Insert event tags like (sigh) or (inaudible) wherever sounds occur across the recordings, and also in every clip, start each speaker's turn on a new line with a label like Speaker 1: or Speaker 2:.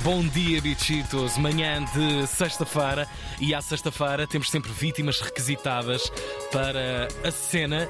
Speaker 1: Bom dia, bichitos. Manhã de sexta-feira e à sexta-feira temos sempre vítimas requisitadas para a cena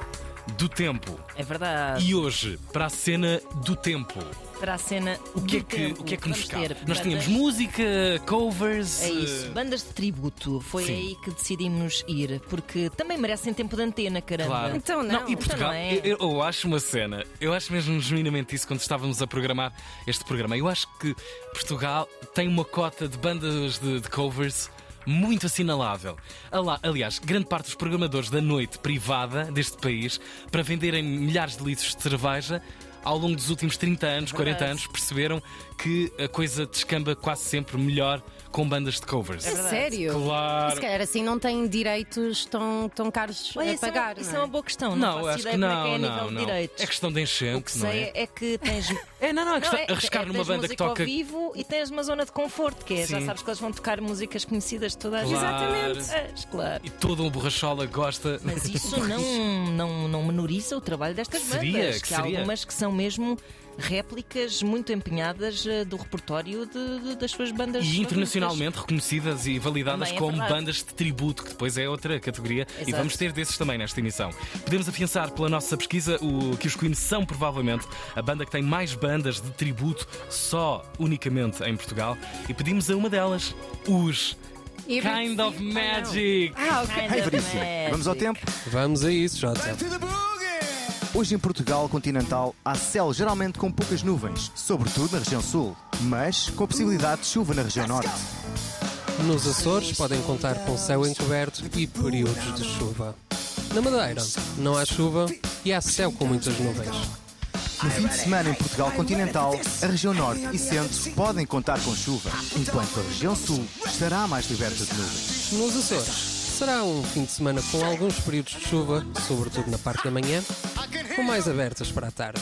Speaker 1: do tempo.
Speaker 2: É verdade.
Speaker 1: E hoje, para a cena do tempo,
Speaker 2: Para a cena.
Speaker 1: o que é
Speaker 2: do
Speaker 1: que,
Speaker 2: tempo,
Speaker 1: o que, é que nos
Speaker 2: vamos
Speaker 1: cabe?
Speaker 2: ter
Speaker 1: Nós tínhamos
Speaker 2: bandas-
Speaker 1: música, covers.
Speaker 2: É isso,
Speaker 1: eh,
Speaker 2: bandas de tributo. Foi
Speaker 1: Sim.
Speaker 2: aí que decidimos ir, porque também merecem tempo de antena, caramba.
Speaker 1: Claro.
Speaker 3: Então não.
Speaker 1: e Portugal,
Speaker 2: não é.
Speaker 1: eu, eu acho uma cena, eu acho mesmo genuinamente isso quando estávamos a programar este programa. Eu acho que Portugal tem uma cota de bandas de, de covers muito assinalável. Alá- Aliás, grande parte dos programadores da noite privada deste país, para venderem milhares de litros de cerveja, ao longo dos últimos 30 anos, 40
Speaker 2: verdade.
Speaker 1: anos, perceberam que a coisa descamba quase sempre melhor com bandas de
Speaker 2: É
Speaker 1: covers.
Speaker 3: A É sério?
Speaker 1: Claro.
Speaker 3: Se calhar assim não têm direitos tão, tão caros
Speaker 2: Olha,
Speaker 3: a
Speaker 2: isso,
Speaker 3: pagar.
Speaker 2: é uma, isso é
Speaker 3: não é?
Speaker 2: uma boa questão. Não,
Speaker 1: Não, eu
Speaker 2: faço
Speaker 1: acho que
Speaker 2: ideia como é que é
Speaker 1: não,
Speaker 2: a nível
Speaker 1: não,
Speaker 2: de
Speaker 1: não. É
Speaker 2: direitos.
Speaker 1: questão de enchente,
Speaker 2: O que
Speaker 1: não é?
Speaker 2: sei é? que (laughs) tens.
Speaker 1: É, não, não, é questão,
Speaker 2: Não, é-
Speaker 1: arriscar
Speaker 2: é-
Speaker 1: numa
Speaker 2: tens
Speaker 1: banda que
Speaker 2: música
Speaker 1: toca.
Speaker 2: ao vivo e tens uma zona de conforto, que é, já
Speaker 1: Sim.
Speaker 2: sabes que eles vão tocar músicas conhecidas de toda a gente.
Speaker 1: Claro.
Speaker 2: Exatamente. Claro.
Speaker 1: E toda uma borrachola gosta.
Speaker 2: Mas isso não, não, não menoriza o trabalho destas
Speaker 1: Seria,
Speaker 2: bandas.
Speaker 1: que
Speaker 2: há
Speaker 1: seria.
Speaker 2: algumas que são mesmo réplicas muito empenhadas eh, do repertório de- de- das suas bandas.
Speaker 1: E
Speaker 2: favoritas.
Speaker 1: internacionalmente reconhecidas e validadas
Speaker 2: Também é
Speaker 1: como
Speaker 2: verdade.
Speaker 1: bandas de tributo, que depois é outra categoria, e
Speaker 2: Exato.
Speaker 1: vamos ter desses também nesta emissão. Podemos afiançar pela nossa pesquisa o, que os Queen são provavelmente a banda que tem mais bandas de tributo só unicamente em Portugal, e pedimos a uma delas, os
Speaker 3: E-
Speaker 1: Kind
Speaker 2: Ah,
Speaker 1: of Magic.
Speaker 3: Ah, ok.
Speaker 2: Kind
Speaker 4: Ai,
Speaker 2: of
Speaker 4: Veríssimo.
Speaker 2: Magic.
Speaker 4: Vamos ao tempo.
Speaker 5: Vamos a isso, Jota.
Speaker 4: Hoje em Portugal continental há céu geralmente com poucas nuvens, sobretudo na região sul, mas com a possibilidade de chuva na região norte.
Speaker 5: Nos Açores podem contar com céu encoberto e períodos de chuva. Na Madeira, não há chuva e há céu com muitas nuvens.
Speaker 4: No fim de semana em Portugal continental, a região norte e centro podem contar com chuva, enquanto a região sul estará mais liberta de nuvens.
Speaker 5: Nos Açores, será um fim de semana com alguns períodos de chuva, sobretudo na parte da manhã, com mais abertas para a tarde.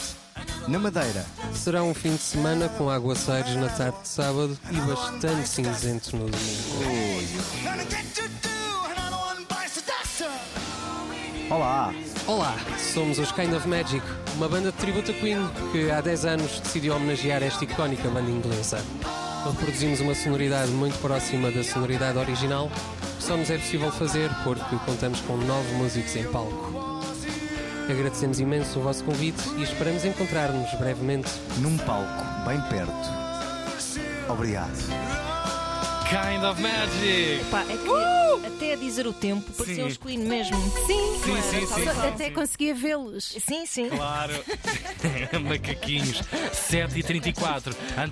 Speaker 4: Na Madeira,
Speaker 5: Será um fim de semana com aguaceiros na tarde de sábado e bastante cinzento no domingo.
Speaker 4: olá,
Speaker 5: Olá, somos os Kind of Magic, uma banda de tributo a Queen que há 10 anos decidiu homenagear esta icónica banda inglesa. Reproduzimos uma sonoridade muito próxima da sonoridade original, que só nos é possível fazer porque contamos com 9 músicos em palco. Agradecemos imenso o vosso convite e esperamos encontrar-nos brevemente.
Speaker 4: num palco bem perto. Obrigado.
Speaker 1: Kind of Magic.
Speaker 2: Pá, é que até a dizer o tempo parecia
Speaker 1: Uh! Sim.
Speaker 2: os Queen mesmo.
Speaker 3: Sim,
Speaker 1: Sim, sim, sim.
Speaker 3: Só- até conseguia vê-los.
Speaker 1: (laughs)
Speaker 2: Sim, sim.
Speaker 1: Claro. Macaquinhos. 7h34.